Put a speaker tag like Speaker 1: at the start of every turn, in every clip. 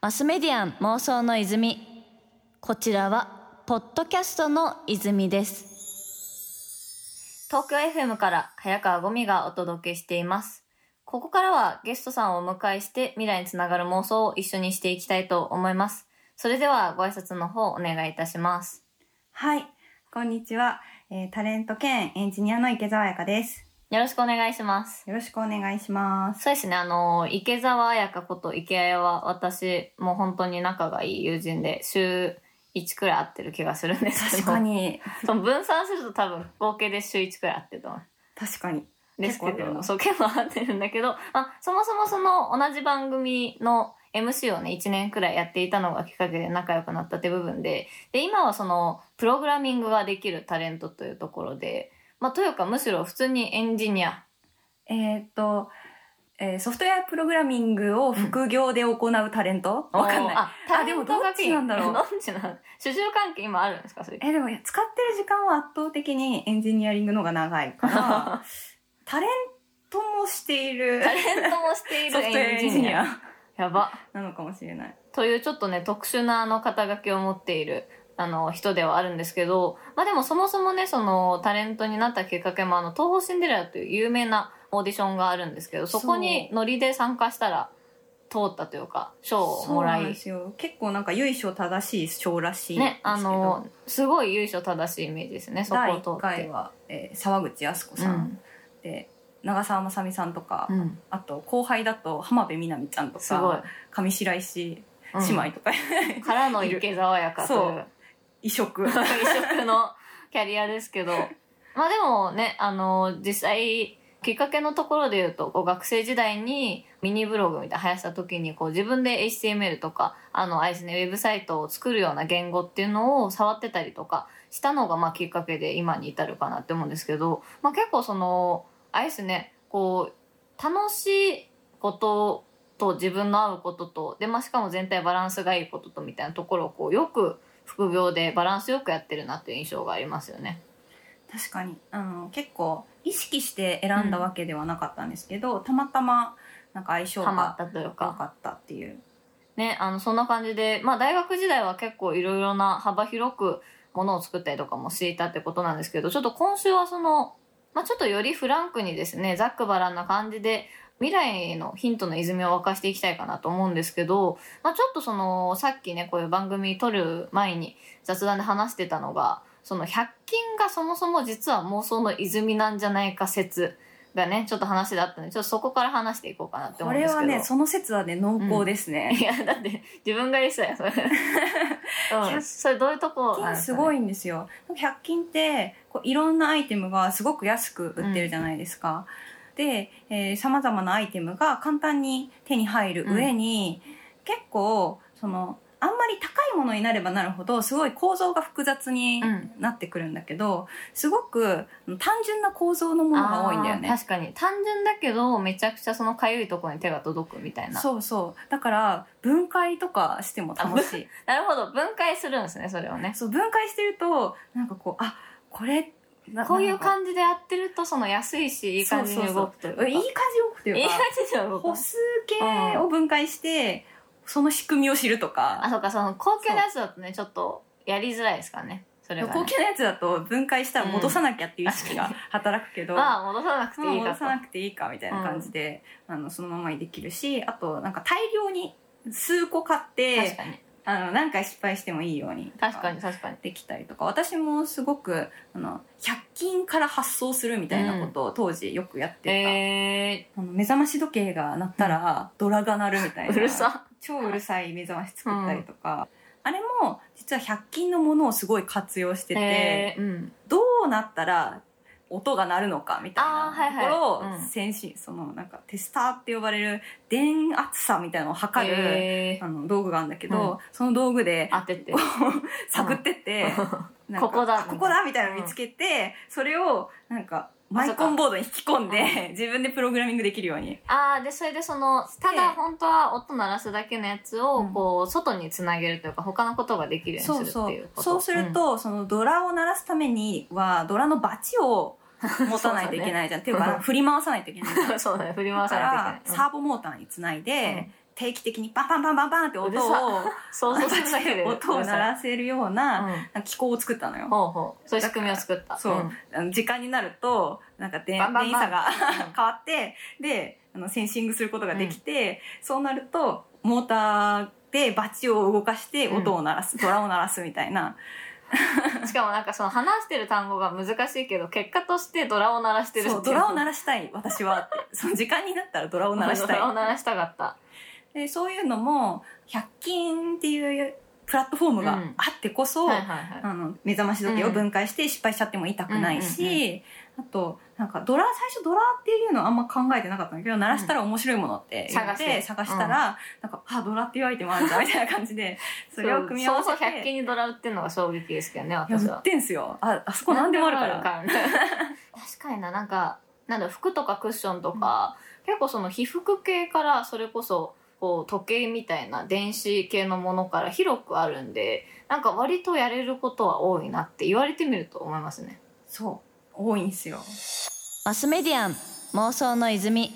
Speaker 1: マスメディアン妄想の泉こちらはポッドキャストの泉です東京 FM から早川ゴミがお届けしていますここからはゲストさんをお迎えして未来につながる妄想を一緒にしていきたいと思いますそれではご挨拶の方お願いいたします
Speaker 2: はい、こんにちは、えータレント兼エンジニアの池澤彩香です。
Speaker 1: よろしくお願いします
Speaker 2: よろしくお願いします。
Speaker 1: そうですね、あの、池澤彩香こと池彩は私、もう本当に仲がいい友人で、週1くらい会ってる気がするんですけ
Speaker 2: 確
Speaker 1: ど。
Speaker 2: かに、
Speaker 1: その分散すると多分、合計で週1くらい会ってると思う。
Speaker 2: 確かに。
Speaker 1: ですけ
Speaker 2: 結構会ってる
Speaker 1: ど、
Speaker 2: な
Speaker 1: そう、結構会ってるんだけど、まあ、そもそもその同じ番組の MC をね、1年くらいやっていたのがきっかけで仲良くなったって部分で、で、今はその、プログラミングができるタレントというところで、まあ、というかむしろ普通にエンジニア
Speaker 2: えーっと、えーソフトウェアプログラミングを副業で行うタレント、わかんない。
Speaker 1: あ、タレント
Speaker 2: でもど
Speaker 1: 学
Speaker 2: っちなんだろう
Speaker 1: どっちなん主従関係今あるんですかそれ。
Speaker 2: えーでも使ってる時間は圧倒的にエンジニアリングの方が長いから、
Speaker 1: タ
Speaker 2: タレントもしている
Speaker 1: レントもしてい
Speaker 2: ソ
Speaker 1: る
Speaker 2: フトウェア
Speaker 1: エ
Speaker 2: エ
Speaker 1: ン
Speaker 2: ン
Speaker 1: ジ
Speaker 2: ジ
Speaker 1: ニ
Speaker 2: ニ
Speaker 1: ア。
Speaker 2: ア
Speaker 1: やば。
Speaker 2: なのかもしれない。
Speaker 1: というちょっとね、特殊なあの肩書きを持っている。あの人ではあるんですけど、まあでもそもそもね、そのタレントになったきっかけもあの、東方シンデレラという有名なオーディションがあるんですけど、そこにノリで参加したら通ったというか、賞を
Speaker 2: そ
Speaker 1: も
Speaker 2: う
Speaker 1: ら
Speaker 2: ないん、ですよ。結構なんか由緒正しい賞らしいんです
Speaker 1: ね
Speaker 2: け、ど。
Speaker 1: あの、すごい由緒正しいイメージですね、そこ
Speaker 2: 第
Speaker 1: を通
Speaker 2: 1
Speaker 1: っ
Speaker 2: 回
Speaker 1: て。
Speaker 2: は、えー沢口靖子
Speaker 1: う
Speaker 2: さん、
Speaker 1: ん。
Speaker 2: で長澤まさみさんとか、
Speaker 1: うん。
Speaker 2: あと後輩だと浜辺美波ちゃんと
Speaker 1: すごい
Speaker 2: か。上白石
Speaker 1: うん
Speaker 2: 姉妹とか、
Speaker 1: からの池澤彩香と
Speaker 2: そ
Speaker 1: いう
Speaker 2: う 異 色
Speaker 1: 異色のキャリアですけど まあでもねあの実際きっかけのところで言うとこう学生時代にミニブログみたいなの流行した時にこう自分で HTML とかあのあれですねウェブサイトを作るような言語っていうのを触ってたりとかしたのがまあきっかけで今に至るかなって思うんですけど、まあ、結構そのあれですねこう楽しいことと自分の合うこととで、まあ、しかも全体バランスがいいこととみたいなところをこうよく副業でバランスよくやってるなっていう印象がありますよね。
Speaker 2: 確かにあの結構意識して選んだわけではなかったんですけど、たまたまなんか相性
Speaker 1: ハマっ
Speaker 2: が
Speaker 1: たという
Speaker 2: 良か
Speaker 1: か。
Speaker 2: ったっていう
Speaker 1: ね、あの、そんな感じで、まあ大学時代は結構いろいろな幅広くものを作ったりとかもしていたってことなんですけど、ちょっと今週はその、まあちょっとよりフランクにですね、ざっくばらんな感じで、未来へのヒントの泉を沸かしていきたいかなと思うんですけど、まあちょっとその、さっきね、こういう番組撮る前に雑談で話してたのが、その100均がそもそも実は妄想の泉なんじゃないか説がね、ちょっと話であったので、ちょっとそこから話していこうかなって
Speaker 2: こ
Speaker 1: 思うんで
Speaker 2: れ
Speaker 1: すけど。
Speaker 2: はねその説はね濃厚ですね
Speaker 1: い、や、だって、自分が言い そうや、それ。うん、それどういうとこ
Speaker 2: 100均すご
Speaker 1: い。
Speaker 2: いんですよ100均ってこういろんなアイテムがすごく安く売ってるじゃないですか、でさまざまなアイテムが簡単に手に入る上に、結構そのあんまり高いものになればなるほどすごい構造が複雑に
Speaker 1: うん
Speaker 2: なってくるんだけど、すごく単純な構造のものが多いんだよ
Speaker 1: あー
Speaker 2: ね。
Speaker 1: 確かに。単純だけど、めちゃくちゃそのかゆいところに手が届くみたいな。
Speaker 2: そうそうだから分解とかしても楽しい
Speaker 1: なるほど。分解するんですね、それをね。
Speaker 2: そう分解してるとなんかこうあこれな
Speaker 1: こうい
Speaker 2: な
Speaker 1: うん
Speaker 2: か
Speaker 1: 感じでやってると、その安いし、いい感じに動くというか。
Speaker 2: いい感じ動くと
Speaker 1: い
Speaker 2: い
Speaker 1: いう感
Speaker 2: か
Speaker 1: じに動く
Speaker 2: 歩。数計を分解して、その仕組みを知ると
Speaker 1: あ、
Speaker 2: か
Speaker 1: そうか、その高級なやつだとね、ちょっとやりづらいですからね。それが、ね。
Speaker 2: 高級なやつだと分解したら戻さなきゃっていう意識が働くけど、
Speaker 1: まあ、戻さなくて
Speaker 2: まあ
Speaker 1: いいか
Speaker 2: 戻
Speaker 1: と
Speaker 2: さ。なくていいかみたいな感じで、あのそのままにできるしあとなんか大量に数個買って
Speaker 1: 確かに。
Speaker 2: あの何回失敗してもいいようにと
Speaker 1: 確かに、確かに。
Speaker 2: できたりとか私もすごくあの100均から発送するみたいなことを当時よくやってた、
Speaker 1: え
Speaker 2: あの目覚まし時計が鳴ったらドラが鳴るみたいな
Speaker 1: ー、うるさ。
Speaker 2: 超うるさい目覚まし作ったりとか、あれも実は100均のものをすごい活用してて、
Speaker 1: えー、うん。
Speaker 2: どうなったら音が鳴るのかみたい
Speaker 1: あーはい
Speaker 2: な
Speaker 1: はい
Speaker 2: ところ
Speaker 1: う
Speaker 2: を
Speaker 1: ん
Speaker 2: 先進、そのなんかテスターって呼ばれる電圧差みたいなのを測る、
Speaker 1: えー
Speaker 2: あの道具があるんだけ
Speaker 1: う
Speaker 2: ど、その道具で
Speaker 1: 当てて
Speaker 2: こ。う探ってって、なんか
Speaker 1: ここだ
Speaker 2: ここだみたいなの見つけて、それをなんかマイ
Speaker 1: そっ
Speaker 2: コ
Speaker 1: か
Speaker 2: ンボードに引き込んで、自分でプログラミングできるように
Speaker 1: ああでそれでその
Speaker 2: して
Speaker 1: ただ本当は音鳴らすだけのやつを
Speaker 2: うん
Speaker 1: こう外につなげるというか他のことができるよう
Speaker 2: そ
Speaker 1: にす
Speaker 2: う
Speaker 1: るっ
Speaker 2: そ
Speaker 1: ていう
Speaker 2: う
Speaker 1: こと
Speaker 2: そうすると、そのドラを鳴らすためにはドラのバチを持たないといけないじゃん、ってい う
Speaker 1: そうだね
Speaker 2: か振り回さないといけないじゃん
Speaker 1: うんそうだね振り
Speaker 2: だ
Speaker 1: 回
Speaker 2: か
Speaker 1: さない
Speaker 2: ら
Speaker 1: といけない
Speaker 2: サーボモーターにつないで、定期的にバンバンバンバンバンって音
Speaker 1: うる
Speaker 2: を
Speaker 1: さ想像するだけで
Speaker 2: 音を鳴らせるような
Speaker 1: うん
Speaker 2: なんか機構を作ったのよ。
Speaker 1: ほうほうそういう仕組みを作った
Speaker 2: そうんあの時間になるとなんかで
Speaker 1: バンバンバン
Speaker 2: 電差が
Speaker 1: ん
Speaker 2: 変わってであのセンシングすることができて、そうなるとモーターでバチを動かして音を鳴らす、ドラを鳴らすみたいな
Speaker 1: しかもなんかその話してる単語が難しいけど結果としてドラを鳴らしてる
Speaker 2: そうドラを鳴
Speaker 1: ら
Speaker 2: らしたい私 はってその時間になったらドラを鳴らしたい
Speaker 1: ドラを鳴らしたかった
Speaker 2: でそういうのも100均っていうプラットフォームがあってこそ、
Speaker 1: はいはいはい
Speaker 2: あの目覚まし時計を分解して失敗しちゃっても痛くないし、
Speaker 1: うんうん
Speaker 2: あとなんかドラ最初ドラっていうのはあんま考えてなかったんだけど鳴らしたら面白いものって言
Speaker 1: 探
Speaker 2: っ
Speaker 1: してて
Speaker 2: 探したら、なんかあドラっていうアイテムあるんだみたいな感じ でそれを組み合わせ
Speaker 1: そうそう100
Speaker 2: て。
Speaker 1: 均にドラ売ってるのが衝撃ですけどね
Speaker 2: いや
Speaker 1: 私
Speaker 2: 売っ
Speaker 1: は
Speaker 2: てんすよああそこ何でもあるから
Speaker 1: 何でもあるから確かにななんかなんだろう服とかクッションとか、結構その被服系からそれこそこう時計みたいな電子系のものから広くあるんでなんか割とやれることは多いなって言われてみると思いますね
Speaker 2: そう多いんすよ
Speaker 1: マスメディアン妄想の泉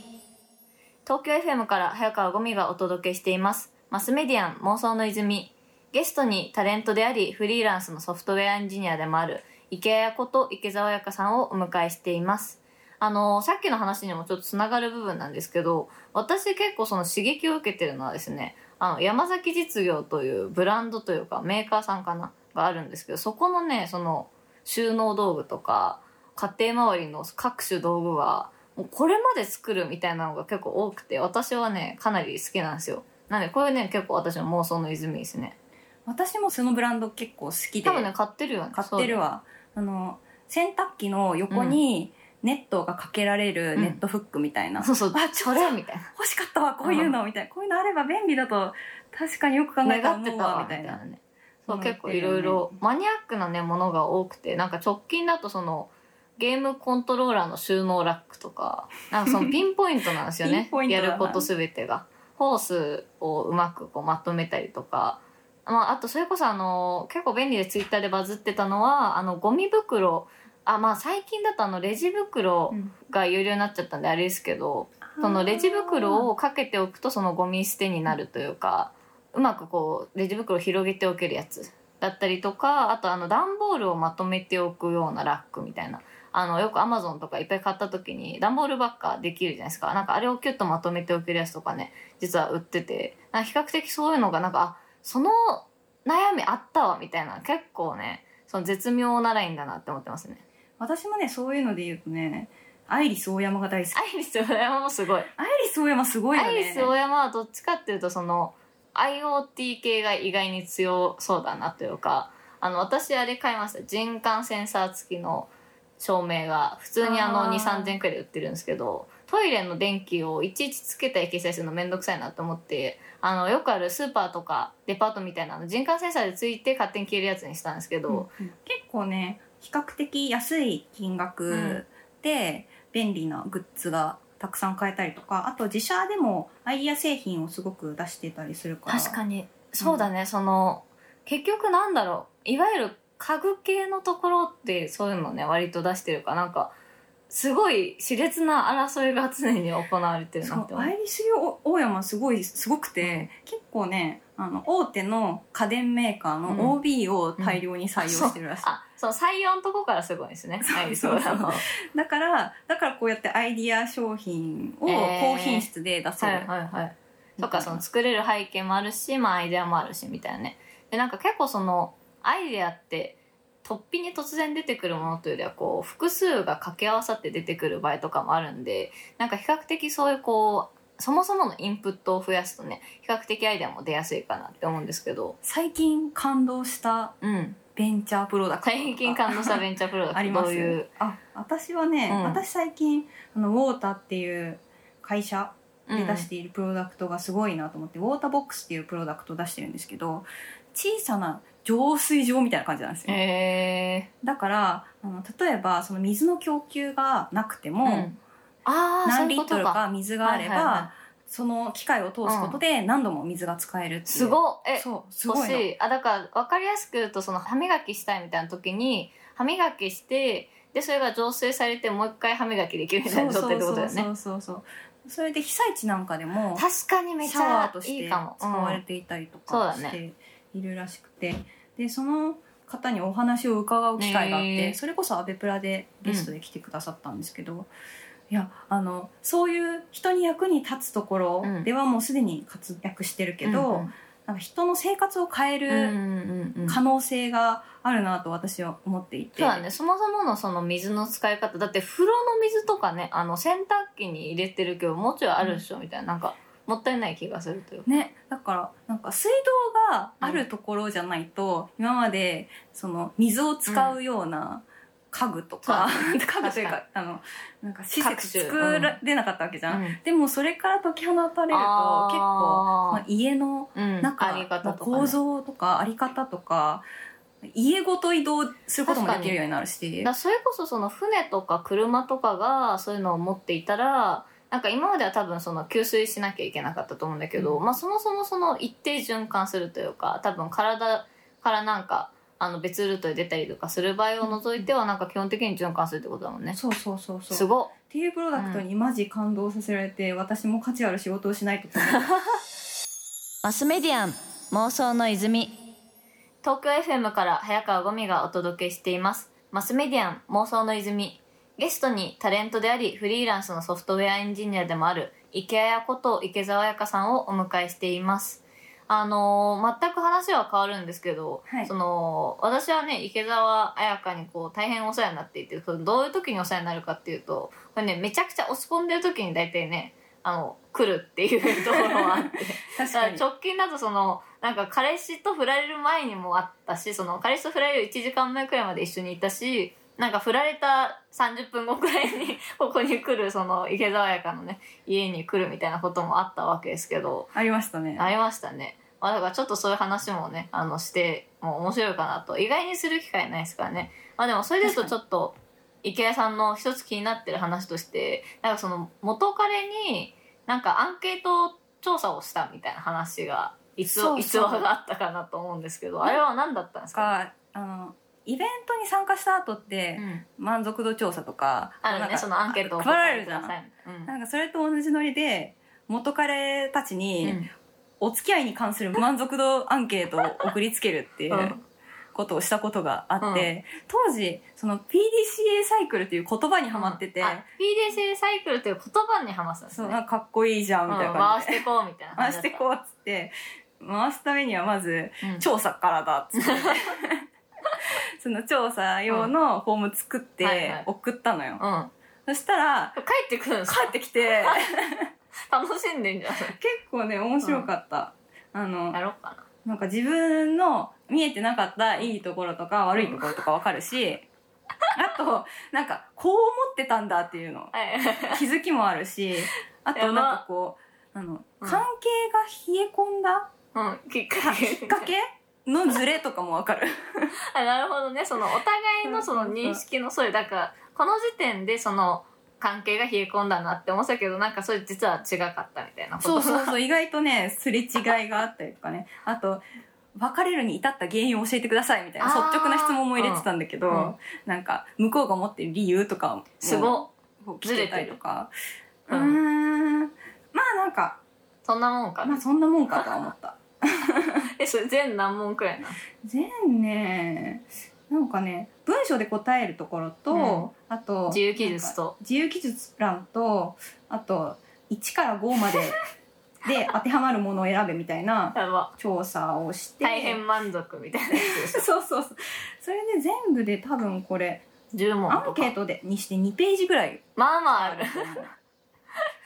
Speaker 1: 東京 FM から早川ゴミがお届けしていますマスメディアン妄想の泉ゲストにタレントでありフリーランスのソフトウェアエンジニアでもある池谷こと池澤彩香さんをお迎えしていますあのさっきの話にもちょっとつながる部分なんですけど私結構その刺激を受けてるのはですねあの山崎実業というブランドというかメーカーさんかながあるんですけどそこのねその収納道具とか家庭周りの各種道具がもうこれまで作るみたいなのが結構多くて私はねかなり好きなんですよなんでこれね結構私の妄想の泉ですね
Speaker 2: 私もそのブランド結構好きで
Speaker 1: 多分ね買ってるよね
Speaker 2: 買ってる
Speaker 1: わ
Speaker 2: わあの洗濯機の横にネットがかけられるネットフックみたいな、
Speaker 1: そうそう
Speaker 2: あちょ
Speaker 1: そうう
Speaker 2: ど
Speaker 1: それみたいな
Speaker 2: 欲しかったわこういうのみたいなこういうのあれば便利だと確かによく考えたら
Speaker 1: 願って
Speaker 2: 思
Speaker 1: た
Speaker 2: うわ
Speaker 1: わ
Speaker 2: み
Speaker 1: みた
Speaker 2: たい
Speaker 1: いな
Speaker 2: な
Speaker 1: ねそう
Speaker 2: そうな
Speaker 1: 結
Speaker 2: ってるよね
Speaker 1: 構いろいろマニアックなねものが多くてなんか直近だとそのゲームコントローラーの収納ラックとかなんか そのピンポイントなんですよ
Speaker 2: ピン
Speaker 1: ね
Speaker 2: ポイント
Speaker 1: や
Speaker 2: だな
Speaker 1: ること全てがホースをうまくこうまとめたりとか、まあ、あとそれこそあの結構便利でツイッターでバズってたのはあのゴミ袋あまあ最近だとあのレジ袋が有料になっちゃったんであれですけど、そのレジ袋
Speaker 2: を
Speaker 1: をかけておくとそのゴミ捨てになるというかうまくこうレジ袋を広げておけるやつだったりとかあとあの段ボールをまとめておくようなラックみたいなあのよくアマゾンとかいっぱい買った時に段ボールばっかできるじゃないですかなんかあれをキュッとまとめておけるやつとかね実は売っててなんか比較的そういうのがなんかあその悩みあったわみたいな結構ねその絶妙なラインだなって思ってますね。
Speaker 2: 私もねそういうので言うとねアイリス大山が大好き
Speaker 1: アイリス大山もすごい
Speaker 2: アイリス大山すごいよね
Speaker 1: アイリス大山はどっちかっていうとその IoT 系が意外に強そうだなというかあの私あれ買いました人感センサー付きの照明が普通にあ
Speaker 2: あ
Speaker 1: の
Speaker 2: ー
Speaker 1: 2 3 0 0 0円くらいで売ってるんですけどトイレの電気をいちいちつけたり消したりするの面倒くさいなと思ってあのよくあるスーパーとかデパートみたいなの人感センサーでついて勝手に消えるやつにしたんですけど、
Speaker 2: うん結構ね比較的安い金額で便利なグッズがたくさん買えたりとかあと自社でもアイディア製品をすごく出してたりするから
Speaker 1: 確かにそうだね、その結局なんだろういわゆる家具系のところってそういうのね割と出してるからなんかすごい熾烈な争いが常に行われてる
Speaker 2: そ
Speaker 1: なっ
Speaker 2: う
Speaker 1: て思
Speaker 2: ア
Speaker 1: う
Speaker 2: イリス大山すごいすごくて、結構ねあの大手の家電メーカー
Speaker 1: うん
Speaker 2: の OB を大量に採用してるらしい、
Speaker 1: あそう採用のとこからすごいですね
Speaker 2: そう
Speaker 1: はいそう
Speaker 2: そう
Speaker 1: あのは
Speaker 2: だからだからこうやってアイディア商品を
Speaker 1: えー
Speaker 2: 高品質で出せる、
Speaker 1: いはいはいとかその作れる背景もあるし、まあ、アイデアもあるしみたいなねでなんか結構そのアイデアって突飛に突然出てくるものというよりはこう複数が掛け合わさって出てくる場合とかもあるんでなんか比較的そういうこうそもそものインプットを増やすとね比較的アイデアも出やすいかなって思うんですけど、
Speaker 2: 最近感動した
Speaker 1: うん、
Speaker 2: ベンチャープロダクトとか
Speaker 1: 最近感動したベンチャープロダ
Speaker 2: あ
Speaker 1: ク
Speaker 2: り
Speaker 1: ト
Speaker 2: ま
Speaker 1: ど
Speaker 2: す
Speaker 1: ういう、
Speaker 2: あ私はね、
Speaker 1: うん
Speaker 2: 私最近あのウォーターっていう会社
Speaker 1: うん
Speaker 2: で出しているプロダクトがすごいなと思って、ウォーターボックスっていうプロダクトを出してるんですけど小さな浄水場みたいな感じなんですよ、
Speaker 1: え
Speaker 2: だからあの例えばその水の供給がなくても、
Speaker 1: ーうん、あー
Speaker 2: 何リ
Speaker 1: そういう
Speaker 2: ッ
Speaker 1: こと
Speaker 2: トルか水があれば、
Speaker 1: はいはいは
Speaker 2: その機械を通すことで何度も水が使えるっていう、
Speaker 1: すごっえ
Speaker 2: そうすご
Speaker 1: 欲
Speaker 2: い
Speaker 1: し
Speaker 2: の
Speaker 1: いあだから分かりやすく言うとその歯磨きしたいみたいな時に歯磨きしてでそれが浄水されてもう一回歯磨きできるみたいな状態ってことだよね
Speaker 2: そうそうそうそうそれで被災地なんかでも
Speaker 1: 確かにめち
Speaker 2: シャ
Speaker 1: ゃ
Speaker 2: ワーとし
Speaker 1: いい
Speaker 2: て
Speaker 1: かも。
Speaker 2: 使われ
Speaker 1: うん
Speaker 2: ていたりと
Speaker 1: そう
Speaker 2: か
Speaker 1: だ
Speaker 2: し
Speaker 1: ね
Speaker 2: ているらしくて、でその方にお話を伺う機会があって、
Speaker 1: へー
Speaker 2: それこそアベプラでゲストで来てくださったんですけど、いやあのそういう人に役に立つところではもうすでに活躍してるけど、なんか人の生活を変え
Speaker 1: うんうん
Speaker 2: る
Speaker 1: うんうん
Speaker 2: 可能性があるなと私は思っていて。
Speaker 1: そうだね、そもそものその水の使い方だって風呂の水とかねあの洗濯機に入れてるけどもうちょいあるでしょ、みたいななんかもったいない気がするというか
Speaker 2: ね、だからなんか水道があるところじゃないと、今までその水を使うような家具とか、 家具というかあのなんか施
Speaker 1: 各
Speaker 2: 設
Speaker 1: 種
Speaker 2: 作られなかったわけじゃん、
Speaker 1: うん
Speaker 2: でもそれから解き放たれると結構、まあ、家の
Speaker 1: あーうん
Speaker 2: 中
Speaker 1: あり方
Speaker 2: の
Speaker 1: とかね
Speaker 2: 構造とかあり方とか,、家ごと移動することもできるようになるし
Speaker 1: だからそれこそその船とか車とかがそういうのを持っていたらなんか今までは多分その給水しなきゃいけなかったと思うんだけど、まあ、そもそもその一定循環するというか多分体からなんかあの別ルートで出たりとかする場合を除いてはなんか基本的に循環するってことだもんね。
Speaker 2: そうそうそうそう
Speaker 1: すごっ
Speaker 2: っていうプロダクトにマジ感動させられて、私も価値ある仕事をしないとと 思って
Speaker 1: マスメディアン妄想の泉東京 FM から早川ゴミがお届けしていますマスメディアン妄想の泉ゲストにタレントでありフリーランスのソフトウェアエンジニアでもある池谷こと池澤彩香さんをお迎えしていますあのー全く話は変わるんですけど、
Speaker 2: はい
Speaker 1: その私はね池澤彩香にこう大変お世話になっていてそのどういう時にお世話になるかっていうとこれねめちゃくちゃ落ち込んでる時に大体ねあの来るっていうところはあってだ
Speaker 2: 確
Speaker 1: か
Speaker 2: からに
Speaker 1: 直近だとそのなんか彼氏と振られる前にもあったしその彼氏と振られる1時間前くらいまで一緒にいたしなんか振られた30分後くらいにここに来るその池澤彩香のね家に来るみたいなこともあったわけですけど
Speaker 2: ありましたね
Speaker 1: ありましたね、まあ、だからちょっとそういう話もねあのしても面白いかなと意外にする機会ないですからねまあでもそれで言うと
Speaker 2: 確
Speaker 1: ちょっと池谷さんの一つ気になってる話としてなんかその元彼になんかアンケート調査をしたみたいな話が逸
Speaker 2: そうそ
Speaker 1: 話
Speaker 2: う
Speaker 1: 逸話があったかなと思うんですけどあれは何だったんですか、
Speaker 2: かあのイベントに参加した後って
Speaker 1: う、ん、
Speaker 2: 満足度調査とか
Speaker 1: ある
Speaker 2: なん
Speaker 1: ね
Speaker 2: か
Speaker 1: そのアンケートを
Speaker 2: 配られるじゃ
Speaker 1: 答えてく
Speaker 2: ん
Speaker 1: ださいみたいな
Speaker 2: なんかそれと同じノリで元彼たちに、お付き合いに関する満足度アンケートを送りつけるっていううんことをしたことがあって、当時その PDCA サイクルっていう言葉に
Speaker 1: うん
Speaker 2: はまってて、
Speaker 1: あ PDC サイクルという言葉にはまってたんです
Speaker 2: そう
Speaker 1: ね
Speaker 2: なんかかっこいいじゃんみたいな
Speaker 1: うん
Speaker 2: 感
Speaker 1: 回
Speaker 2: じ
Speaker 1: し
Speaker 2: で、
Speaker 1: てこうみたいな
Speaker 2: 回
Speaker 1: 話だ
Speaker 2: し
Speaker 1: ってた
Speaker 2: こうっつって回すためにはまず
Speaker 1: うん
Speaker 2: 調査からだっつって その調査用のフォーム作っ
Speaker 1: はいはい
Speaker 2: て送ったのよ、
Speaker 1: うん
Speaker 2: そしたら
Speaker 1: 帰ってくるんです
Speaker 2: 帰
Speaker 1: か
Speaker 2: ってきて
Speaker 1: 楽しんでんじゃん
Speaker 2: 結構ね面白かった、あの
Speaker 1: やろうか
Speaker 2: なんか自分の見えてなかったいいところとか悪いところとかわかるしあとなんかこう思ってたんだっていうの
Speaker 1: なはい
Speaker 2: 気づきもあるしあと
Speaker 1: やば
Speaker 2: なんかこうあの
Speaker 1: うん
Speaker 2: 関係が冷え込 んだ
Speaker 1: うんきっかけ
Speaker 2: きっかけのズレとかもわかる
Speaker 1: あなるほどねそのお互いのその認識のそういうだからこの時点でその関係が冷え込んだなって思ってたけどなんかそれ実は違かったみたいなこと
Speaker 2: そうそうそう意外とねすれ違いがあったりとかねあと別れるに至った原因を教えてくださいみたいな
Speaker 1: あー
Speaker 2: 率直な質問も入れてたんだけど、
Speaker 1: うん
Speaker 2: なんか向こうが持ってる理由とかも
Speaker 1: すごっ
Speaker 2: こう聞けたりとか
Speaker 1: ずれ
Speaker 2: う
Speaker 1: てる
Speaker 2: ー
Speaker 1: うん
Speaker 2: んまあなんか
Speaker 1: そんなもんか
Speaker 2: ま
Speaker 1: な
Speaker 2: あそんなもんかとは思った
Speaker 1: えそれ全何問くらいな
Speaker 2: 全ねなんかね文章で答えるところと、
Speaker 1: うん
Speaker 2: あと
Speaker 1: 自由記述
Speaker 2: なんか
Speaker 1: と
Speaker 2: 自由記述欄とあと1から5までで当てはまるものを選べみたいな
Speaker 1: やば
Speaker 2: 調査をして
Speaker 1: 大変満足みたいなやつでしょ
Speaker 2: そうそうそうそれで全部で多分これ
Speaker 1: 10問
Speaker 2: ア
Speaker 1: と
Speaker 2: ンケ
Speaker 1: か
Speaker 2: ートでにして2ページぐらい
Speaker 1: まあまあ
Speaker 2: あ
Speaker 1: あ
Speaker 2: る
Speaker 1: る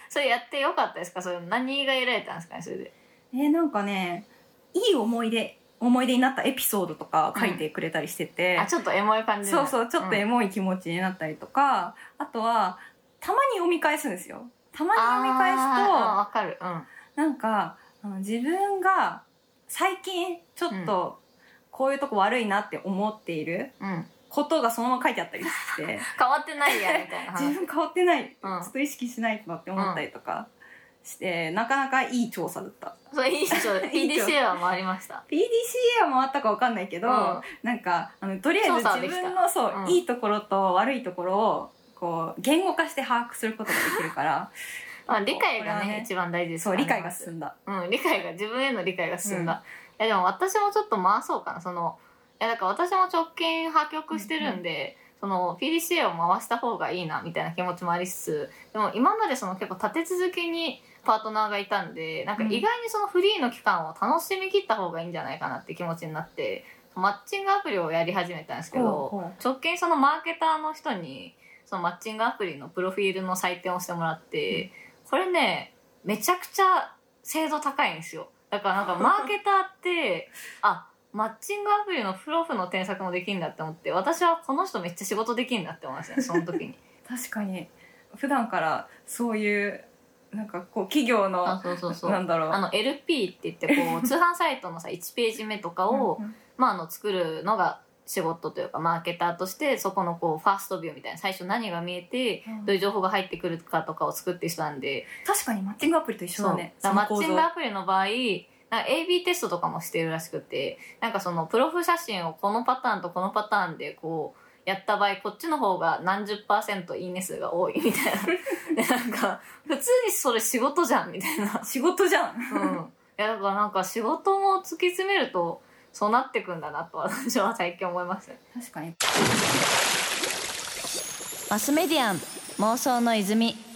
Speaker 1: それやってよかったですかそれ何が得られたんですかねそれで
Speaker 2: えーなんかねいい思い出思い出になったエピソードとか書いてくれたりしてて、
Speaker 1: あちょっとエモい感じにな
Speaker 2: そう
Speaker 1: る
Speaker 2: そうちょっとエ
Speaker 1: ん
Speaker 2: モい気持ちになったりとか、あとはたまに読み返すんですよたまに読み返
Speaker 1: あー
Speaker 2: す
Speaker 1: わかるうん
Speaker 2: となんかあの自分が最近ちょっとこういうとこ悪いなって思っている
Speaker 1: うん
Speaker 2: ことがそのまま書いてあったりして
Speaker 1: 変わってないやみたいな
Speaker 2: 自
Speaker 1: 話
Speaker 2: 分変わってない、
Speaker 1: うん
Speaker 2: ちょっと意識しないとなって思ったりとかして、なかなかいい調査だった
Speaker 1: それいい人
Speaker 2: いい人
Speaker 1: PDCA は回りました
Speaker 2: PDCA は回ったか分かんないけど、
Speaker 1: うん
Speaker 2: なんかあのとりあえず
Speaker 1: 調査は
Speaker 2: 自
Speaker 1: できた
Speaker 2: 分のそう、
Speaker 1: うん
Speaker 2: いいところと悪いところをこう言語化して把握することができるから
Speaker 1: 確まあ、理解が
Speaker 2: これ
Speaker 1: ね
Speaker 2: はね
Speaker 1: 一番大事です
Speaker 2: そ
Speaker 1: か
Speaker 2: う
Speaker 1: らね
Speaker 2: 理解が進んだ
Speaker 1: うん、理解が自分への理解が進んだ、いやでも私もちょっと回そうかなそのいやだから私も直近破局してるんで、その PDCA を回した方がいいなみたいな気持ちもありつつでも今までその結構立て続けにパートナーがいたんでなんか意外にそのフリーの期間を楽しみきった方がいいんじゃないかなって気持ちになってマッチングアプリをやり始めたんですけど、
Speaker 2: ほうほう
Speaker 1: 直近そのマーケターの人にそのマッチングアプリのプロフィールの採点をしてもらって、これねめちゃくちゃ精度高いんですよだからなんかマーケターってあマッチングアプリのプロフの添削もできるんだって思って私はこの人めっちゃ仕事できるんだって思いましたねその時に
Speaker 2: 確かに普段からそういうなんかこう企業 の
Speaker 1: あそうそうそう
Speaker 2: なんだろう
Speaker 1: あの LP って言って こう通販サイトのさ1ページ目とかを、
Speaker 2: うんうん
Speaker 1: まあ、あの作るのが仕事というかマーケターとしてそこのこうファーストビューみたいな最初何が見えて
Speaker 2: うん
Speaker 1: どういう情報が入ってくるかとかを作ってきたんで
Speaker 2: 確かにマッチングアプリと一緒だね
Speaker 1: そうだからマ
Speaker 2: そ
Speaker 1: ッ
Speaker 2: の構
Speaker 1: チ
Speaker 2: 造
Speaker 1: ングアプリの場合なんか AB テストとかもしてるらしくてなんかそのプロフ写真をこのパターンとこのパターンでこうやった場合こっちの方が何十パーセントいいね数が多いみたい なでなんか普通にそれ仕事じゃんみたいな
Speaker 2: 仕事じゃん
Speaker 1: うん、いやだからなんか仕事も突き詰めるとそうなってくんだなと私は最近思いましたね
Speaker 2: 確かに
Speaker 1: マスメディアン妄想の泉